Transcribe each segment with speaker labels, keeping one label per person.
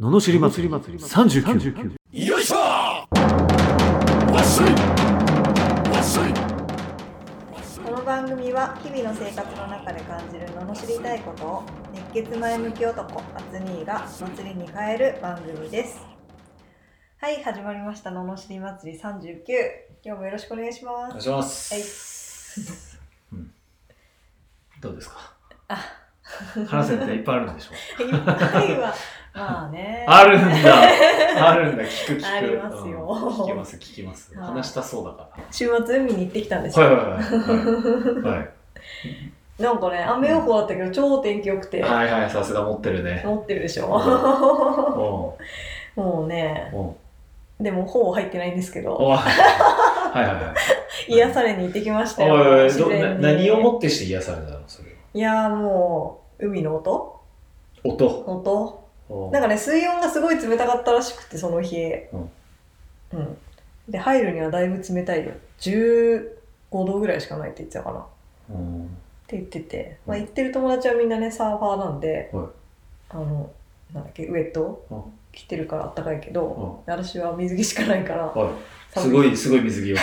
Speaker 1: ののしり祭り39
Speaker 2: よいしょわっしょいわっしょい
Speaker 3: この番組は日々の生活の中で感じる罵りたいことを熱血前向き男アツニーが祭りに変える番組ですはい始まりました罵り祭り39今日もよろしくお願いし
Speaker 2: お願
Speaker 3: ま
Speaker 2: い
Speaker 3: す
Speaker 2: します、
Speaker 4: どうですか
Speaker 3: あ
Speaker 4: 話せることいっぱいあるんでしょ
Speaker 3: いっぱい はまあね
Speaker 4: あるんだあるんだ聞く聞く
Speaker 3: ありますよ
Speaker 4: うん聞きます聞きます
Speaker 3: はい
Speaker 4: 話したそうだか
Speaker 3: 週末海に行ってきたんです
Speaker 4: ら
Speaker 3: よ、
Speaker 4: はいはいはいはい
Speaker 3: なんかね雨予報だったけど超天気良くて
Speaker 4: はいはいはいさすが持ってるね
Speaker 3: 持ってるでし
Speaker 4: うん
Speaker 3: ょ
Speaker 4: うん
Speaker 3: もうね
Speaker 4: お
Speaker 3: でもほぼ入ってないんですけど
Speaker 4: はいはい はい
Speaker 3: 癒されに行ってきましたよ
Speaker 4: おいおいおい
Speaker 3: 自
Speaker 4: ど
Speaker 3: 然
Speaker 4: な
Speaker 3: に
Speaker 4: 何をもってして癒されたのそれはい
Speaker 3: やーもう海の音
Speaker 4: 音
Speaker 3: 音
Speaker 4: お
Speaker 3: なんかね水温がすごい冷たかったらしくてその日
Speaker 4: うん、
Speaker 3: うんで入るにはだいぶ冷たいよ15度ぐらいしかないって言ってたかなっ
Speaker 4: うん
Speaker 3: て言ってて、まあ、
Speaker 4: うん
Speaker 3: 行ってる友達はみんなねサーファーなんで、
Speaker 4: はい
Speaker 3: あのなんだっけウェット
Speaker 4: うん
Speaker 3: 着てるからあったかいけど、
Speaker 4: お
Speaker 3: 私は水着しかないから
Speaker 4: いすご
Speaker 3: い
Speaker 4: いすごい水着を着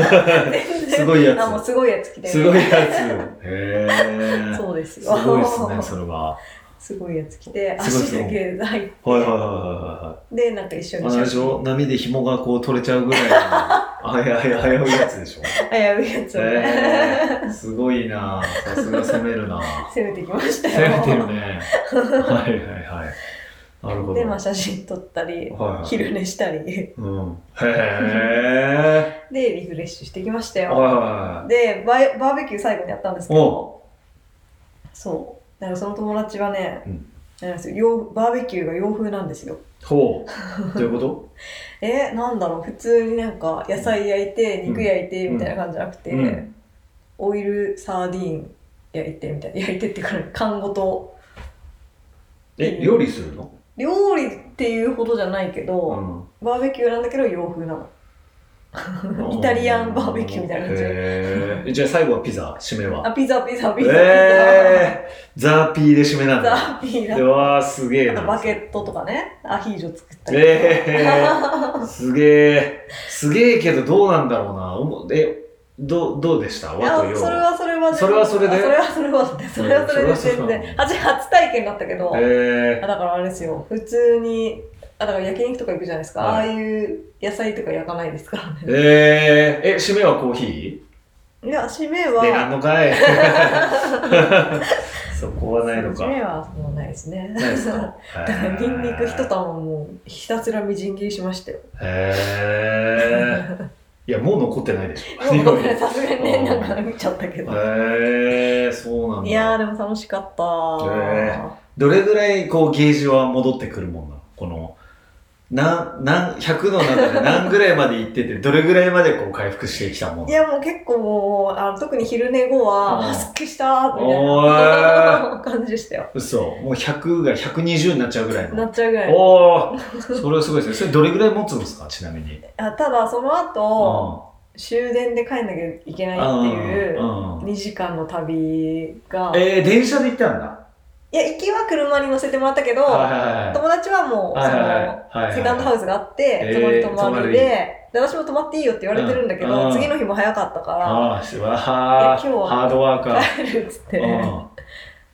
Speaker 4: てす
Speaker 3: すごい
Speaker 4: ごい
Speaker 3: あも
Speaker 4: や
Speaker 3: うすごいやつ着て
Speaker 4: つ
Speaker 3: る
Speaker 4: すごいやつへえ
Speaker 3: そうです
Speaker 4: す
Speaker 3: よ
Speaker 4: ごいですねそれは
Speaker 3: すごいやつ着て
Speaker 4: すごい
Speaker 3: 足だけ入って
Speaker 4: はいはいはいはいはい
Speaker 3: でなんか一緒
Speaker 4: あ
Speaker 3: に
Speaker 4: のあれでしょ波で紐がこう取れちゃうぐ らいのあやややうやつでしょ。
Speaker 3: 危ういやつをね、
Speaker 4: えー、すごいなさすが攻めるな
Speaker 3: 攻めてきました
Speaker 4: 攻
Speaker 3: よ
Speaker 4: めてるね。はいはいはい。なるほど。
Speaker 3: で、まあ、写真撮ったり
Speaker 4: はいはい、
Speaker 3: 昼寝したり
Speaker 4: うん。へ
Speaker 3: でリフレッシュしてきました
Speaker 4: え。はい
Speaker 3: よ
Speaker 4: は
Speaker 3: でバイバーベキュー最後にやったんですけどそうだからその友達はね、
Speaker 4: うん
Speaker 3: あれなんですよ洋バーベキューが洋風なんですよ
Speaker 4: い。ほう。どういうこと
Speaker 3: えなんだろう普通になんか野菜焼いて
Speaker 4: うん
Speaker 3: 肉焼いてみたいな感じじゃなくて、
Speaker 4: うん
Speaker 3: オイルサーディーン焼いてみたいな焼いてってから缶ごと
Speaker 4: え、料理するの
Speaker 3: 料理っていうほどじゃないけど、バーベキューなんだけど洋風なの
Speaker 4: うん
Speaker 3: イタリアンバーベキューみたいな感じ
Speaker 4: へえ。じゃあ最後はピザ、締めは。
Speaker 3: あピザピザピザピザ、
Speaker 4: えー、ザーピーで締めなんだ。
Speaker 3: ザピ
Speaker 4: う
Speaker 3: ー
Speaker 4: わー、すげえ
Speaker 3: だあ
Speaker 4: な。
Speaker 3: とバケットとかねアヒージョ作ったり
Speaker 4: ええすげえ。すげえけどどうなんだろうな。おもえ、どう、どうでした
Speaker 3: いや
Speaker 4: 和
Speaker 3: そ
Speaker 4: と洋。
Speaker 3: れはそれは
Speaker 4: それはそれで
Speaker 3: あそれはそれはだってそれはそれで
Speaker 4: そ
Speaker 3: 全
Speaker 4: れはそれ
Speaker 3: 然あじゃあ初体験だったけど、
Speaker 4: え
Speaker 3: あだからあれですよ普通にあだから焼肉とか行くじゃないですか、
Speaker 4: はい
Speaker 3: ああいう野菜とか焼かないですからね
Speaker 4: ー、えー、え、締めはコーヒ
Speaker 3: いや締め
Speaker 4: ー出らん
Speaker 3: は
Speaker 4: の かい。そこはないのか
Speaker 3: 締。めはもうないですね
Speaker 4: ないですか。
Speaker 3: だからニンニク一
Speaker 4: と。
Speaker 3: 玉もうひたすらみじん切りしましたよ。
Speaker 4: えー。いや、もう残ってないでしょ。
Speaker 3: もうねさすがにね、
Speaker 4: うん
Speaker 3: なんか見ちゃったけど。
Speaker 4: えー、そうなんだ。
Speaker 3: いやー、でも楽しかった
Speaker 4: えどれぐらいこうゲージは戻ってくるもんなのこのなんなん100の中で何ぐらいまで行っててどれぐらいまでこう回復してきたもん
Speaker 3: いや、もう結構もう、あの特に昼寝後は、
Speaker 4: うん
Speaker 3: あすっきりしたーみ
Speaker 4: お
Speaker 3: たいな感じでしたよ。
Speaker 4: 嘘もう100が120になっちゃうぐらい
Speaker 3: な
Speaker 4: の
Speaker 3: っちゃうぐらい。
Speaker 4: おおそれはすごいですねそれどれぐらい持つんですかちなみに
Speaker 3: あただ、その後、
Speaker 4: あ
Speaker 3: 終電で帰んなきゃいけない
Speaker 4: あ
Speaker 3: っていう、
Speaker 4: うん
Speaker 3: 2時間の旅が、い
Speaker 4: えー、電車で行ったんだ
Speaker 3: や、行きは車に乗せてもらったけど、
Speaker 4: はいはい
Speaker 3: 友達はもう、
Speaker 4: はいはいはい
Speaker 3: その、
Speaker 4: はいはい
Speaker 3: セカンドハウスがあって、
Speaker 4: えー
Speaker 3: そこに泊まり
Speaker 4: 泊ま
Speaker 3: で、で私も泊まっていいよって言われてるんだけど、
Speaker 4: うん
Speaker 3: 次の日も早かったか
Speaker 4: ああしわは
Speaker 3: 今日は
Speaker 4: ハードワーカ
Speaker 3: ら、
Speaker 4: ー
Speaker 3: 帰るっつって、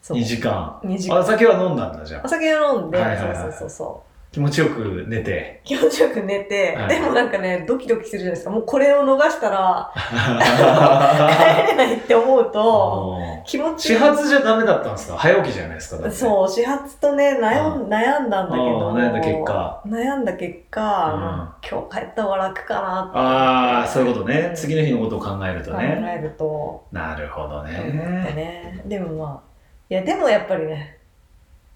Speaker 3: そう
Speaker 4: 2時間
Speaker 3: 2時
Speaker 4: あ
Speaker 3: 間。
Speaker 4: お酒は飲んだんだじゃ
Speaker 3: お
Speaker 4: あ
Speaker 3: 酒を飲んで、
Speaker 4: はいはいはい
Speaker 3: そうそうそうそう。
Speaker 4: 気持ちよく寝て
Speaker 3: 気持ちよく寝て、
Speaker 4: はい
Speaker 3: でもなんかね、ドキドキするじゃないですか。もうこれを逃したら、帰れないって思うと、
Speaker 4: うん
Speaker 3: 気持ち
Speaker 4: 始発じゃダメだったんですか早起きじゃないですかだって
Speaker 3: そう、始発とね、悩ん悩んだんだけど、
Speaker 4: うん悩んだ結果。
Speaker 3: 悩んだ結
Speaker 4: うん
Speaker 3: 果、今日帰った方が楽かな
Speaker 4: ああ
Speaker 3: って。
Speaker 4: そういうことね
Speaker 3: ん
Speaker 4: 次の日のことを考えると
Speaker 3: 考
Speaker 4: ね
Speaker 3: えると、
Speaker 4: なるほど
Speaker 3: 思って
Speaker 4: ね
Speaker 3: ね。でもまあ、いやでもやっぱりね、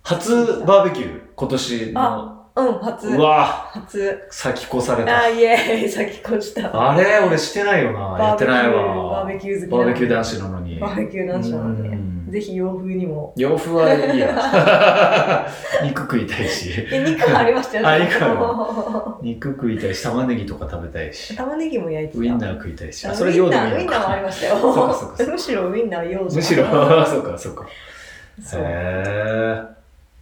Speaker 4: 初バーベキュー今年の
Speaker 3: うん、初、
Speaker 4: うわ
Speaker 3: 初。
Speaker 4: 先越され
Speaker 3: あ
Speaker 4: た
Speaker 3: ー、イエーイ、先越した。
Speaker 4: あれ俺してないよなやってないわ
Speaker 3: バーベキュー
Speaker 4: バ
Speaker 3: 好き
Speaker 4: ーベキュー
Speaker 3: な
Speaker 4: 男子なのに
Speaker 3: バーベキュー男子なの
Speaker 4: う
Speaker 3: に、
Speaker 4: ん
Speaker 3: ぜひ洋風にも。
Speaker 4: 洋風はいいや 肉食いたいし
Speaker 3: え、肉もありましたよね。
Speaker 4: あ肉肉食いたいし玉ねぎとか食べたいし
Speaker 3: 玉ねぎも焼いてた。
Speaker 4: ウインナー食いたいし
Speaker 3: あ
Speaker 4: あそれ用でもいい
Speaker 3: ウイン
Speaker 4: の
Speaker 3: ナーウインナーもあ
Speaker 4: か
Speaker 3: りました
Speaker 4: そうかそうかそうか
Speaker 3: よ。むしろウインナー用じゃん
Speaker 4: むしろそうかそうか
Speaker 3: そう。
Speaker 4: へ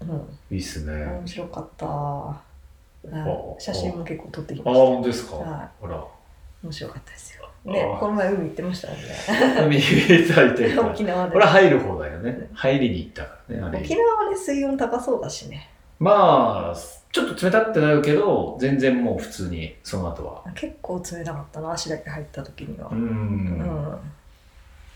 Speaker 3: うん、
Speaker 4: いいっすね
Speaker 3: 面白かった、はい写真も結構撮ってき
Speaker 2: あ
Speaker 3: ま
Speaker 2: あ
Speaker 3: した
Speaker 2: 本当ですか
Speaker 3: は
Speaker 2: ほら
Speaker 3: 面白かったですよ
Speaker 2: あ
Speaker 3: ね
Speaker 2: ー
Speaker 3: この前海行ってましたもんね
Speaker 4: 海入れたいというか
Speaker 3: 沖縄で
Speaker 4: 俺は入る方だよね入りに行ったからねあ
Speaker 3: 沖
Speaker 4: れ
Speaker 3: 縄はね水温高そうだしね
Speaker 4: まあちょっと冷たってなるけど全然もう普通にその後は
Speaker 3: 結構冷たかったな足だけ入った時には
Speaker 4: う
Speaker 3: うん、
Speaker 4: ん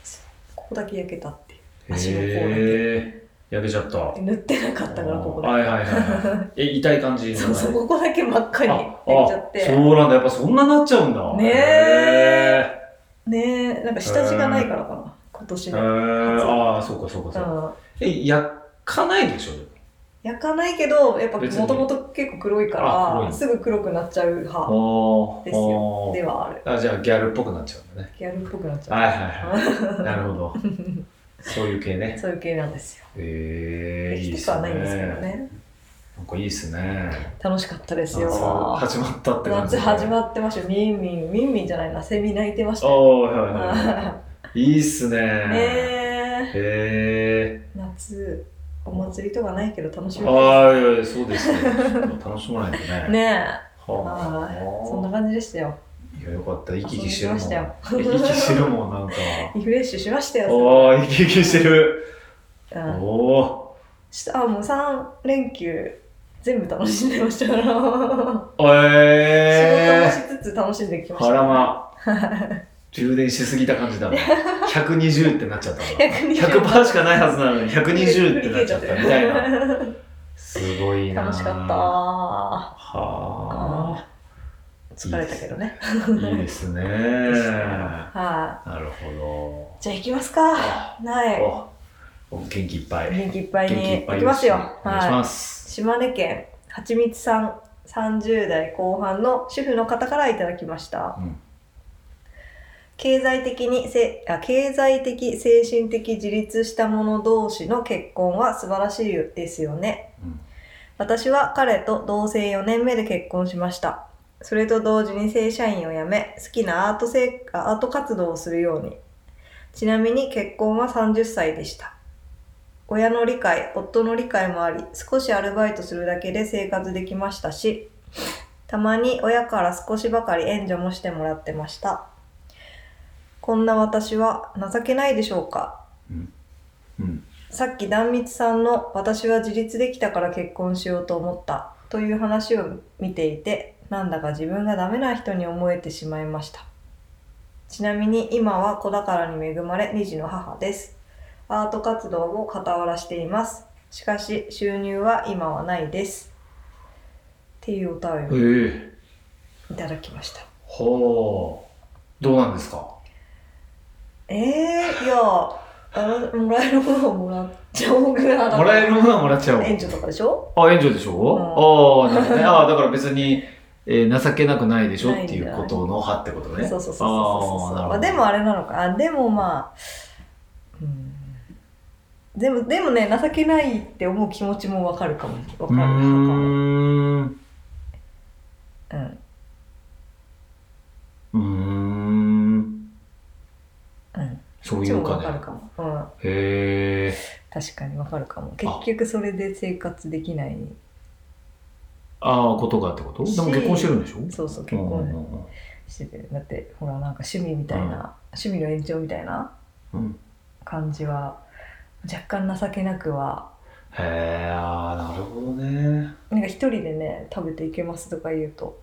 Speaker 3: そうここだけ焼けたっていう足の甲だけ
Speaker 4: へえ焼けちゃった
Speaker 3: で塗ってなかったからここだ
Speaker 4: はいはいはいはいえ痛い感じ
Speaker 3: け
Speaker 4: にな
Speaker 3: そ
Speaker 4: ら
Speaker 3: う
Speaker 4: ない
Speaker 3: そうここだけ真っ赤に
Speaker 4: あ
Speaker 3: 焼けちゃ
Speaker 4: あ
Speaker 3: って
Speaker 4: そうなんだやっぱそんななっちゃうんだ
Speaker 3: ねえ
Speaker 4: へ
Speaker 3: ねえなんか下地がないからかな今年
Speaker 4: えへえ
Speaker 3: の、
Speaker 4: ああそうかそうかそうか
Speaker 3: うん、
Speaker 4: え焼かないでしょ
Speaker 3: 焼かないけどやっぱ
Speaker 4: 別
Speaker 3: も
Speaker 4: に
Speaker 3: ともと結構黒いか
Speaker 4: あ黒い
Speaker 3: ら
Speaker 4: の
Speaker 3: すぐ黒くなっちゃう派
Speaker 4: ああ
Speaker 3: ですよではある
Speaker 4: あじゃあギャルっぽくなっちゃうんだね
Speaker 3: ギャルっぽくなっち
Speaker 4: はい
Speaker 3: ゃう、
Speaker 4: はいはいなるほどそういう系ね
Speaker 3: そういう系なんですよ
Speaker 4: へえいい
Speaker 3: き
Speaker 4: っ
Speaker 3: つく
Speaker 4: すね
Speaker 3: はないんですけどね
Speaker 4: なんかいいっすね
Speaker 3: 楽しかったです
Speaker 4: 夏
Speaker 3: よ
Speaker 4: 始まったって感じ
Speaker 3: 夏始
Speaker 4: っ
Speaker 3: まってましたよミンミンミンミンじゃないなセミ泣いてました
Speaker 4: あ
Speaker 3: たよ
Speaker 4: あはいはいはいいいっすね
Speaker 3: ねえ
Speaker 4: へえ
Speaker 3: 夏お祭りとかないけど楽しみで
Speaker 4: ああいやいやそうですね楽しまないとね
Speaker 3: すねえ
Speaker 4: は
Speaker 3: はいそんな
Speaker 4: あ。
Speaker 3: 感じでしたよ
Speaker 4: いや、よかった。生き生きしてるもん。
Speaker 3: 遊んでま
Speaker 4: 生き生きしてるもん、なんか。
Speaker 3: リフレッシュしましたよ
Speaker 4: おー、生き生きしてる。
Speaker 3: うん
Speaker 4: おお。
Speaker 3: したあもう3連休全部楽しんでましたから仕事も
Speaker 4: え
Speaker 3: しつつ楽しんでき
Speaker 4: ー。
Speaker 3: まし
Speaker 4: あ
Speaker 3: た
Speaker 4: らま。充電しすぎた感じだな。120ってなっちゃったな。100%しかないはずなのに120ってなっちゃったみたいな。
Speaker 3: な
Speaker 4: すごいな。
Speaker 3: 楽しかった
Speaker 4: はあ。
Speaker 3: 疲れたけどね
Speaker 4: いいですね。な
Speaker 3: は
Speaker 4: るほ
Speaker 3: いじゃあ行きます
Speaker 4: ど。
Speaker 3: か
Speaker 4: あ
Speaker 3: はい
Speaker 4: おお元気いっぱい。
Speaker 3: 元気いっぱい
Speaker 4: 元気い
Speaker 3: に
Speaker 4: っぱ
Speaker 3: 行
Speaker 4: い
Speaker 3: き
Speaker 4: で
Speaker 3: ますよ
Speaker 4: お願いし
Speaker 3: は
Speaker 4: ます。
Speaker 3: い島根県はちみつさん30代後半の主婦の方からいただきました、
Speaker 4: うん
Speaker 3: 経済的にせあ経済的精神的自立した者同士の結婚は素晴らしいですよね
Speaker 4: うん
Speaker 3: 私は彼と同棲4年目で結婚しました。それと同時に正社員を辞め、好きなアートせいアート活動をするように。ちなみに結婚は30歳でした。親の理解、夫の理解もあり、少しアルバイトするだけで生活できましたし、たまに親から少しばかり援助もしてもらってました。こんな私は情けないでしょうか
Speaker 4: うん。
Speaker 3: さっき壇蜜さんの「私は自立できたから結婚しようと思った」という話を見ていてなんだか自分がダメな人に思えてしまいましたちなみに今は子宝に恵まれ2児の母ですアート活動を傍らしていますしかし収入は今はないですっていうお便
Speaker 4: ええ
Speaker 3: りをいただきました
Speaker 4: はあ。どうなんですか。
Speaker 3: えー、いやあもらえるものをもらっちゃおうかな
Speaker 4: もらえるものはもらっちゃおう。
Speaker 3: 援助とかでしょ
Speaker 4: あ、援助でしょ。ああ、なるほどね。ああ、だから別に、えー情けなくないでしょっていうことのはってことね。
Speaker 3: そうそうそうそうそうそう
Speaker 4: ああ
Speaker 3: まあでもあれなのかあでもまあうんでもでもね情けないって思う気持ちもわかるかもわかる
Speaker 4: なるほどう
Speaker 3: 派
Speaker 4: ーん。
Speaker 3: かもうん
Speaker 4: うーん。
Speaker 3: うん
Speaker 4: そ
Speaker 3: こ
Speaker 4: う
Speaker 3: っ
Speaker 4: い
Speaker 3: ち
Speaker 4: う
Speaker 3: も
Speaker 4: か
Speaker 3: わ
Speaker 4: ね
Speaker 3: か。るかも、うん、
Speaker 4: へえ。
Speaker 3: 確かにわかるかも結局それで生活できない
Speaker 4: ああ、ことがってことでも結婚してるんでしょ
Speaker 3: そうそう結
Speaker 4: うん
Speaker 3: 婚してて、だってほらなんか趣味みたいな、
Speaker 4: うん
Speaker 3: 趣味の延長みたいな
Speaker 4: うんうん。
Speaker 3: 感じは若干情けなくは
Speaker 4: へえ、ああ、なるほどね。
Speaker 3: なんか一人でね食べていけますとか言うと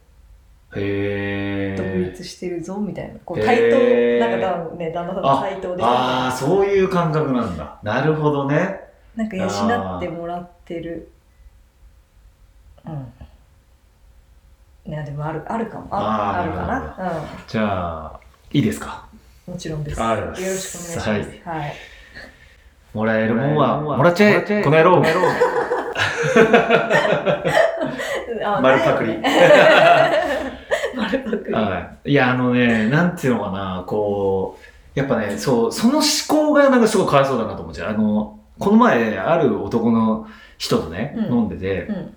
Speaker 4: へえ。
Speaker 3: 独立してるぞみたいな、こう
Speaker 4: へー
Speaker 3: 対等、なんかだ、ね、旦那さんと対等で
Speaker 4: ああそういう感覚なんだなるほどね
Speaker 3: なんか養ってもらってるうんいやでもあるあるかも
Speaker 4: あー
Speaker 3: ああるか
Speaker 4: なるほ
Speaker 3: な
Speaker 4: じゃあいいですか
Speaker 3: うんもちろんですよ
Speaker 4: あり
Speaker 3: ろ
Speaker 4: が
Speaker 3: し
Speaker 4: と
Speaker 3: く
Speaker 4: う
Speaker 3: お
Speaker 4: ござい
Speaker 3: 願い
Speaker 4: ま
Speaker 3: し
Speaker 4: す
Speaker 3: ますはい、
Speaker 4: もらえるもんは
Speaker 1: もらえるもんは
Speaker 4: もらっち
Speaker 1: も
Speaker 4: ゃ
Speaker 1: らっちゃ
Speaker 4: え
Speaker 1: え
Speaker 4: この野郎
Speaker 3: あ
Speaker 4: 丸パクリ
Speaker 3: だよね丸パクリ
Speaker 4: はいいやあのねなんていうのかなこうやっぱねそうその思考がなんかすごいかわいそうだなと思っちゃうあのこの前ある男の人とね、
Speaker 3: うん
Speaker 4: 飲んでて
Speaker 3: うん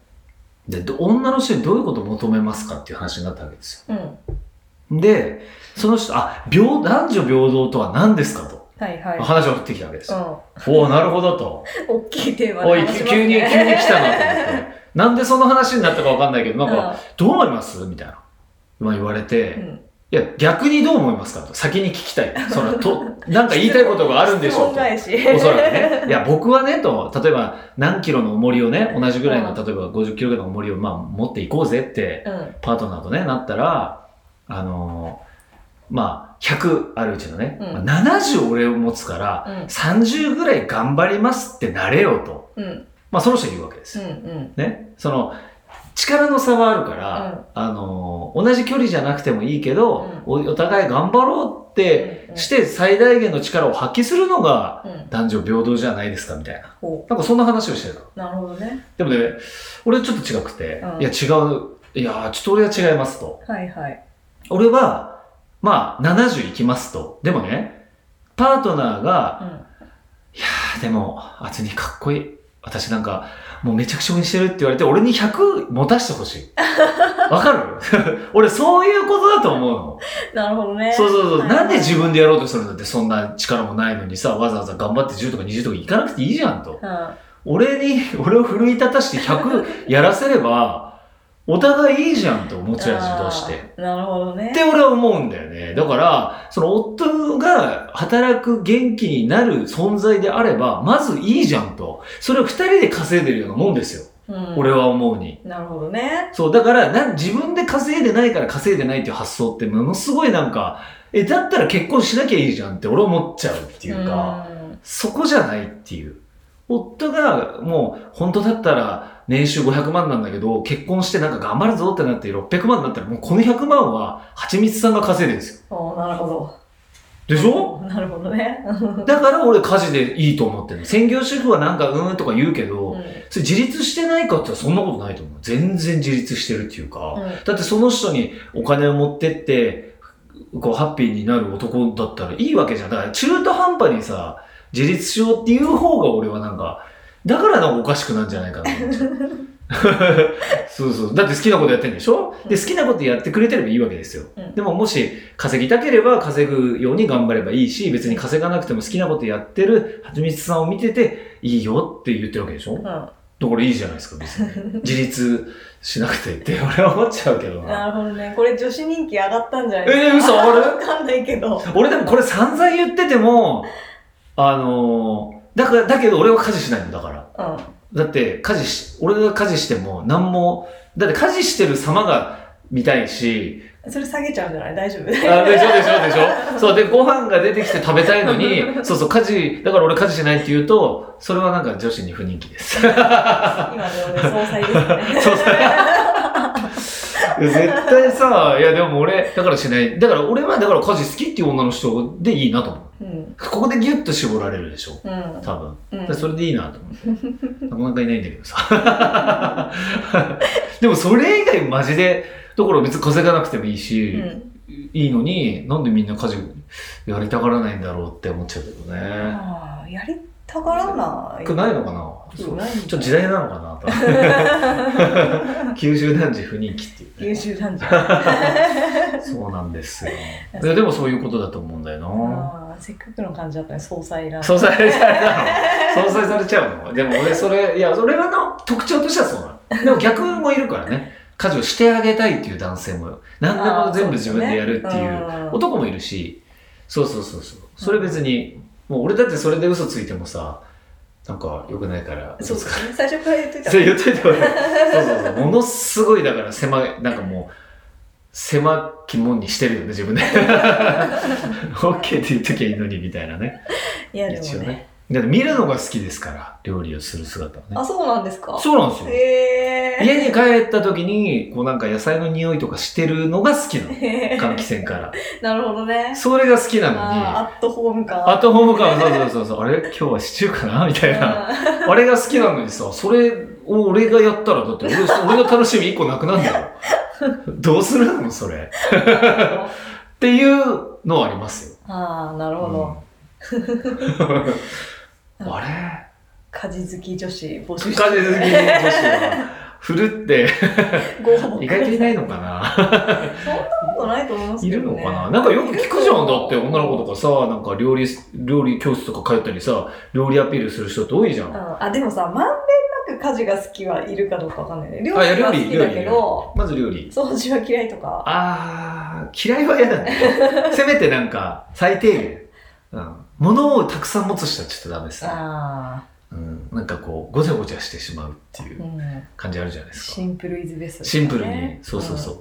Speaker 4: でど女の人にどういうことを求めますかっていう話になったわけです
Speaker 3: うん
Speaker 4: よでその人あ平男女平等とは何ですかと
Speaker 3: はいはい。
Speaker 4: 話を振ってきたわけです
Speaker 3: う
Speaker 4: よ。
Speaker 3: ん。
Speaker 4: おお、なるほどと。
Speaker 3: 大きいテーマ
Speaker 4: おい、
Speaker 3: 話し
Speaker 4: 急
Speaker 3: ますね
Speaker 4: 急に、急に来たなと思って。なんでその話になったかわかんないけど、なんか、どう思いますみたいな。まあ言われて、
Speaker 3: うん
Speaker 4: い
Speaker 3: うん
Speaker 4: や、逆にどう思いますかと。先に聞きたい。そのと、なんか言いたいことがあるんでしょう
Speaker 3: 質問
Speaker 4: と。
Speaker 3: 返し。
Speaker 4: おそらくね。いや、僕はね、と、例えば何キロの重りをね、同じぐらいの、例えば50キロぐらいの重りを、まあ、持っていこうぜって、
Speaker 3: うん。
Speaker 4: パートナーとね、なったら、あのーまあ、100あるうちのね、
Speaker 3: うん
Speaker 4: まあ70俺を持つから、
Speaker 3: うん
Speaker 4: 30ぐらい頑張りますってなれよと。
Speaker 3: うん。
Speaker 4: まあ、その人言うわけです
Speaker 3: う
Speaker 4: よ。
Speaker 3: ん。
Speaker 4: ね。その、力の差はあるから、あのー同じ距離じゃなくてもいいけど、おお互い頑張ろうっ
Speaker 3: う
Speaker 4: て、
Speaker 3: ん。
Speaker 4: して最大限の力を発揮するのが
Speaker 3: うん。
Speaker 4: 男女平等じゃないですかみたいな。
Speaker 3: ほ
Speaker 4: なんかそんな話をしてた。
Speaker 3: う。なるほどね。
Speaker 4: でもね、俺ちょっと違くて、
Speaker 3: うん
Speaker 4: いや違う、いやちょっと俺は違いますと。
Speaker 3: はいはい。
Speaker 4: 俺は、まあ、70いきますと。でもね、パートナーが、
Speaker 3: うん。
Speaker 4: いやー、でも、厚にかっこいい。私なんか、もうめちゃくちゃ応援してるって言われて、俺に100持たしてほし い。わかる 俺そういうことだと思うの。
Speaker 3: なるほどね。
Speaker 4: そうそうそう。
Speaker 3: はい
Speaker 4: なんで自分でやろうとするんだって、そんな力もないのにさ、わざわざ頑張って10とか20とかいかなくていいじゃんと。
Speaker 3: うん。
Speaker 4: 俺に、 俺を奮い立たして100やらせれば、お互いいいじゃんと思っちゃう人として。
Speaker 3: あー。なるほどね
Speaker 4: っ。て俺は思うんだよね。だから、その夫が働く元気になる存在であれば、まずいいじゃんと。それを二人で稼いでるようなもんですよ。
Speaker 3: うん
Speaker 4: 俺は思うに。
Speaker 3: なるほどね。
Speaker 4: そう、だからな、自分で稼いでないから稼いでないっていう発想ってものすごいなんか、え、だったら結婚しなきゃいいじゃんって俺思っちゃうっていうか。
Speaker 3: ん
Speaker 4: そこじゃないっていう。夫がもう本当だったら年収500万なんだけど、結婚してなんか頑張るぞってなって600万になったらもうこの100万は蜂蜜さんが稼いでるんですよ。
Speaker 3: おーなるほど。
Speaker 4: でしょ
Speaker 3: なるほどね。
Speaker 4: だから俺家事でいいと思ってる。専業主婦はなんかうーんとか言うけ
Speaker 3: うん。
Speaker 4: ど、
Speaker 3: うん
Speaker 4: それ自立してないかって言ったらそんなことないと思う。全然自立してるっていうか。だってその人にお金を持ってって、こう、ハッピーになる男だったらいいわけじゃん。だから中途半端にさ、自立しようっていう方が俺はなんか、だからなんかおかしくなんじゃないかなと思っちゃう。 そうそう。だって好きなことやってんでしょで、好きなことやってくれてればいいわけですよ。
Speaker 3: うん
Speaker 4: でももし稼ぎたければ稼ぐように頑張ればいいし、別に稼がなくても好きなことやってるはちみつさんを見てて、いいよって言ってるわけでしょ
Speaker 3: うん
Speaker 4: だからいいじゃないですか、別に。自立しなくてって 俺は思っちゃうけどな。
Speaker 3: なるほどね。これ女子人気上がったんじゃない
Speaker 4: えー嘘あれ
Speaker 3: わかんないけど。
Speaker 4: 俺でもこれ散々言ってても、あのーだから、だけど俺は家事しないの、だから。
Speaker 3: うん。
Speaker 4: だって、家事し、俺が家事しても、何も、だって家事してる様が見たいし、
Speaker 3: それ下げちゃうんじゃない大丈夫
Speaker 4: あでしょでしょでしょそう、で、ご飯が出てきて食べたいのに、そうそう、家事、だから俺家事しないって言うと、それはなんか女子に不人気です。そう
Speaker 3: 今の総裁です ね。
Speaker 4: そう。絶対さ、いやでも俺、だからしない。だから俺は、だから家事好きっていう女の人でいいなと思う。
Speaker 3: うん。
Speaker 4: ここでギュッと絞られるでしょ
Speaker 3: うん。
Speaker 4: 多分。
Speaker 3: うん
Speaker 4: でそれでいいなと思って。なかなかいないんだけどさ。 でもそれ以外マジで、だから別に稼がなくてもいいし、
Speaker 3: うん
Speaker 4: いいのに、なんでみんな家事やりたがらないんだろうって思っちゃうけどね。
Speaker 3: ああ、やりたがらない。
Speaker 4: くないのかな
Speaker 3: そうない
Speaker 4: ちょっと時代なのかなと。 九州男児不人気っていう、
Speaker 3: 優
Speaker 4: ね。
Speaker 3: 秀なんじゃ
Speaker 4: そうなんですよ。 いやでもそういうことだと思うんだよな。
Speaker 3: ああ、せっかくの感じだったね、総裁ら。
Speaker 4: 総裁されちゃうの総裁されちゃうのでも俺それ、いや、俺らの特徴としてはそうなの。でも逆もいるからね。家事をしてあげたいっていう男性も、何でも全部自分でやるっていう
Speaker 3: ああそうですね
Speaker 4: 男もいるし、そうそうそうそう。それ別に、もう俺だってそれで嘘ついてもさ、なんか良くないから、
Speaker 3: うん
Speaker 4: 嘘
Speaker 3: そう
Speaker 4: つ
Speaker 3: で
Speaker 4: か
Speaker 3: すね。最初から言っといた
Speaker 4: それ言っといてもらえそうそうそう。ものすごいだから狭い、なんかもう、狭き門にしてるよね、自 分で。OK って言っときゃいいのに、みたいなね。
Speaker 3: いや、で
Speaker 4: 一応
Speaker 3: もね。
Speaker 4: ね。だって見るのが好きですから、料理をする姿をね
Speaker 3: あ、。そうなんですか
Speaker 4: そうなんですよ。
Speaker 3: へえ。
Speaker 4: 家に帰った時に、こうなんか野菜の匂いとかしてるのが好きなの。
Speaker 3: へー
Speaker 4: 換気扇から。
Speaker 3: なるほどね。
Speaker 4: それが好きなのに、
Speaker 3: あーアットホーム感。
Speaker 4: アットホーム感、そうそうそうそう、あれ今日はシチューかなみたいな。あれが好きなのにさ、それを俺がやったら、だ って俺俺の楽しみ1個なくなるんだよ。どうするのそれ。
Speaker 3: うん
Speaker 4: っていうのはありますよ。
Speaker 3: ああ、なるほど。
Speaker 4: うんあれ
Speaker 3: 家事好き女子募
Speaker 4: 家
Speaker 3: 集
Speaker 4: 事好き女子は、振るって、
Speaker 3: ご飯
Speaker 4: 意外といないのかな
Speaker 3: そんなことないと思います
Speaker 4: い
Speaker 3: け
Speaker 4: る
Speaker 3: ど、
Speaker 4: の
Speaker 3: ね。
Speaker 4: かななんかよく聞くじゃん。だって女の子
Speaker 3: と。
Speaker 4: とかさ、なんか料理、料理教室とか通ったりさ、料理アピールする人って多いじゃん。
Speaker 3: うん、あ、でもさ、まんべんなく家事が好きはいるかどうかわかんないね。料
Speaker 4: あ、いや
Speaker 3: 理は
Speaker 4: 料
Speaker 3: 好
Speaker 4: 理、
Speaker 3: き
Speaker 4: 料
Speaker 3: だ
Speaker 4: 理。
Speaker 3: け
Speaker 4: 料
Speaker 3: ど、
Speaker 4: 理まず料理。
Speaker 3: 掃除は嫌いとか。
Speaker 4: あー、嫌いは嫌だ ね。せめてなんか、最低限。うん。物をたくさん持つ人はちょっとダメですね。
Speaker 3: あ
Speaker 4: うん。なんかこう、ごちゃごちゃしてしまうってい
Speaker 3: あ、う。
Speaker 4: うん感じあるじゃないですか。
Speaker 3: シンプルイズベスト、
Speaker 4: シンプルに、そうそうそ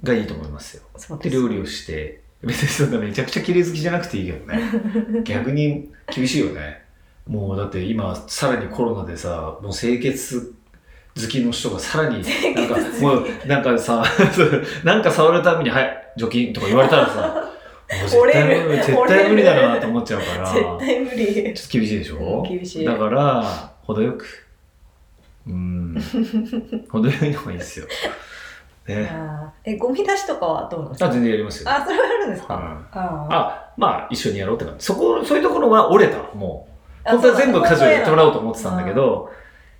Speaker 4: う。がいいと思いますよ。
Speaker 3: うん。そう
Speaker 4: で、
Speaker 3: です。
Speaker 4: 料理をして、別にそんなめちゃくちゃ綺麗好きじゃなくていいけどね。 逆に厳しいよね。もうだって今、さらにコロナでさ、もう清潔好きの人がさらに、なんか、もう、なんかさ、 そうなんか触るために、はい、除菌とか言われたらさ、もう絶対無
Speaker 3: 折れ
Speaker 4: 理、
Speaker 3: る
Speaker 4: 絶対無理だなと思っちゃうから、ちょっ
Speaker 3: 絶
Speaker 4: と
Speaker 3: 対無理。
Speaker 4: 厳しいでし
Speaker 3: う
Speaker 4: ょ
Speaker 3: ん厳しい
Speaker 4: だから、程よく。 うん。程よいのがいいですよ。ね。
Speaker 3: あーえ、ゴミ出しとかはどうなんです
Speaker 4: あ、
Speaker 3: か
Speaker 4: 全然やりますよ。
Speaker 3: あ、それはあるんです
Speaker 4: う
Speaker 3: か
Speaker 4: ん
Speaker 3: あ
Speaker 4: あ、まあ一緒にやろうって感じ。そこ、そういうところは折れた、もう。
Speaker 3: あ
Speaker 4: 本当は全部家事をやってもらおうと思って
Speaker 3: そう
Speaker 4: た
Speaker 3: なんんだ
Speaker 4: だけど、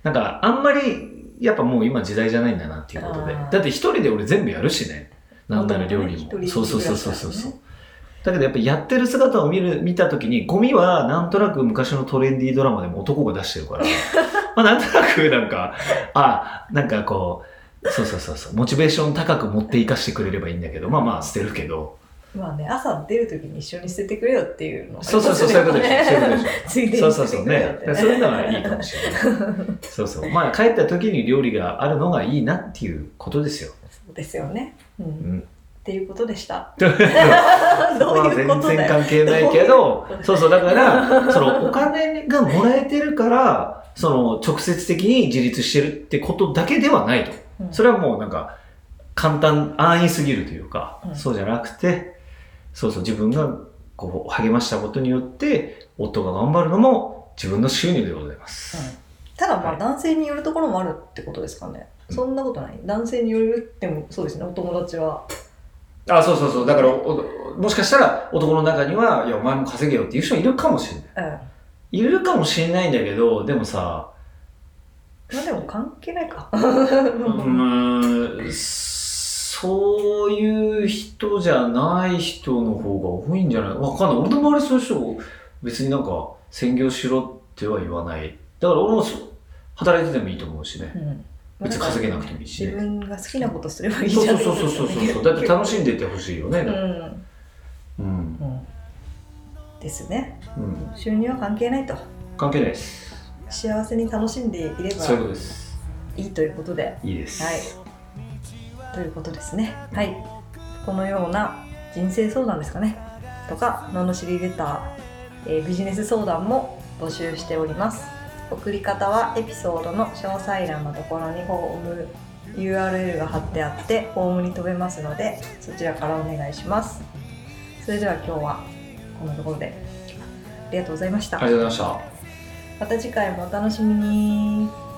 Speaker 4: なんかあんまり、やっぱもう今時代じゃないんだなっていうことで。
Speaker 3: あ
Speaker 4: だ
Speaker 3: ー
Speaker 4: って一人で俺全部やるしね。なんなら料理
Speaker 3: 元々
Speaker 4: も。
Speaker 3: ね
Speaker 4: そうそうそう
Speaker 3: 一
Speaker 4: そ
Speaker 3: 人
Speaker 4: う
Speaker 3: で暮ら
Speaker 4: そう
Speaker 3: してたもんね
Speaker 4: そう。だけどやっぱやってる姿を見る、見たときに、ゴミはなんとなく昔のトレンディードラマでも男が出してる から、まあなんとなくなんか、あ、なんかこう、そうそうそうそう、モチベーション高く持って生かしてくれればいいんだけど、まあまあ捨てるけど、
Speaker 3: ーまあね、朝出るときに一緒に捨ててくれよっていうのが
Speaker 4: そうそうそう、そういうことでしょ。そういうことでしょ。
Speaker 3: ついでに
Speaker 4: そう
Speaker 3: 捨
Speaker 4: そうそ
Speaker 3: てて
Speaker 4: う
Speaker 3: くれよ
Speaker 4: ね
Speaker 3: っ。て
Speaker 4: そういうのはいいかもしれない。そうそう。まあ帰った時に料理があるのがいいなっていうことですよ。
Speaker 3: そうですよね。うん。
Speaker 4: ん
Speaker 3: っていうことでした。
Speaker 4: どう
Speaker 3: どういうこと
Speaker 4: 全然
Speaker 3: だよ。
Speaker 4: 関係ないけど
Speaker 3: どういうことだ、よ
Speaker 4: そうそう。だから、そのお金がもらえてるから、その直接的に自立してるってことだけではないと。
Speaker 3: うん
Speaker 4: それはもうなんか、簡単、安易すぎるというか、
Speaker 3: うん
Speaker 4: そうじゃなくて、そうそう、自分がこう励ましたことによって、夫が頑張るのも自分の収入でございます。
Speaker 3: ただま
Speaker 4: は
Speaker 3: あ
Speaker 4: い
Speaker 3: 男性によるところもあるってことですかね。
Speaker 4: うん
Speaker 3: そんなことない。男性によるってもそうですね。お友達は。
Speaker 4: あ、そうそうそう。だから、おもしかしたら男の中には、いや、お前も稼げよっていう人いるかもしれない。
Speaker 3: うん。
Speaker 4: いるかもしれないんだけど、でもさ、
Speaker 3: まあでも関係ないか。
Speaker 4: うーん、そういう人じゃない人の方が多いんじゃないわかんない。俺の周りそういう人、別になんか、専業しろっては言わない。だから俺もそう、働いててもいいと思うしね。
Speaker 3: うん。
Speaker 4: 別に稼げなくてもいいし
Speaker 3: 自
Speaker 4: ね。
Speaker 3: 分が好きなことすればいい
Speaker 4: そう
Speaker 3: じゃ
Speaker 4: そ
Speaker 3: な
Speaker 4: う
Speaker 3: い
Speaker 4: そうそうそうそう。だって楽しんでてほしいよ
Speaker 3: う
Speaker 4: ね。
Speaker 3: ん。
Speaker 4: うん。
Speaker 3: うん。ですね。
Speaker 4: うん。
Speaker 3: 収入は関係ないと。
Speaker 4: 関係ないです。
Speaker 3: 幸せに楽しんでいれ
Speaker 4: そういうこ
Speaker 3: ば
Speaker 4: とです。
Speaker 3: いいということで。
Speaker 4: いいです。
Speaker 3: はいということですね。はい。このような人生相談ですかね。とか、罵りレター、えービジネス相談も募集しております。送り方はエピソードの詳細欄のところにフォーム URL が貼ってあって、フォームに飛べますので、そちらからお願いします。それでは今日はこんなところでありがとうございました。
Speaker 4: ありがとうございました。
Speaker 3: また次回もお楽しみに。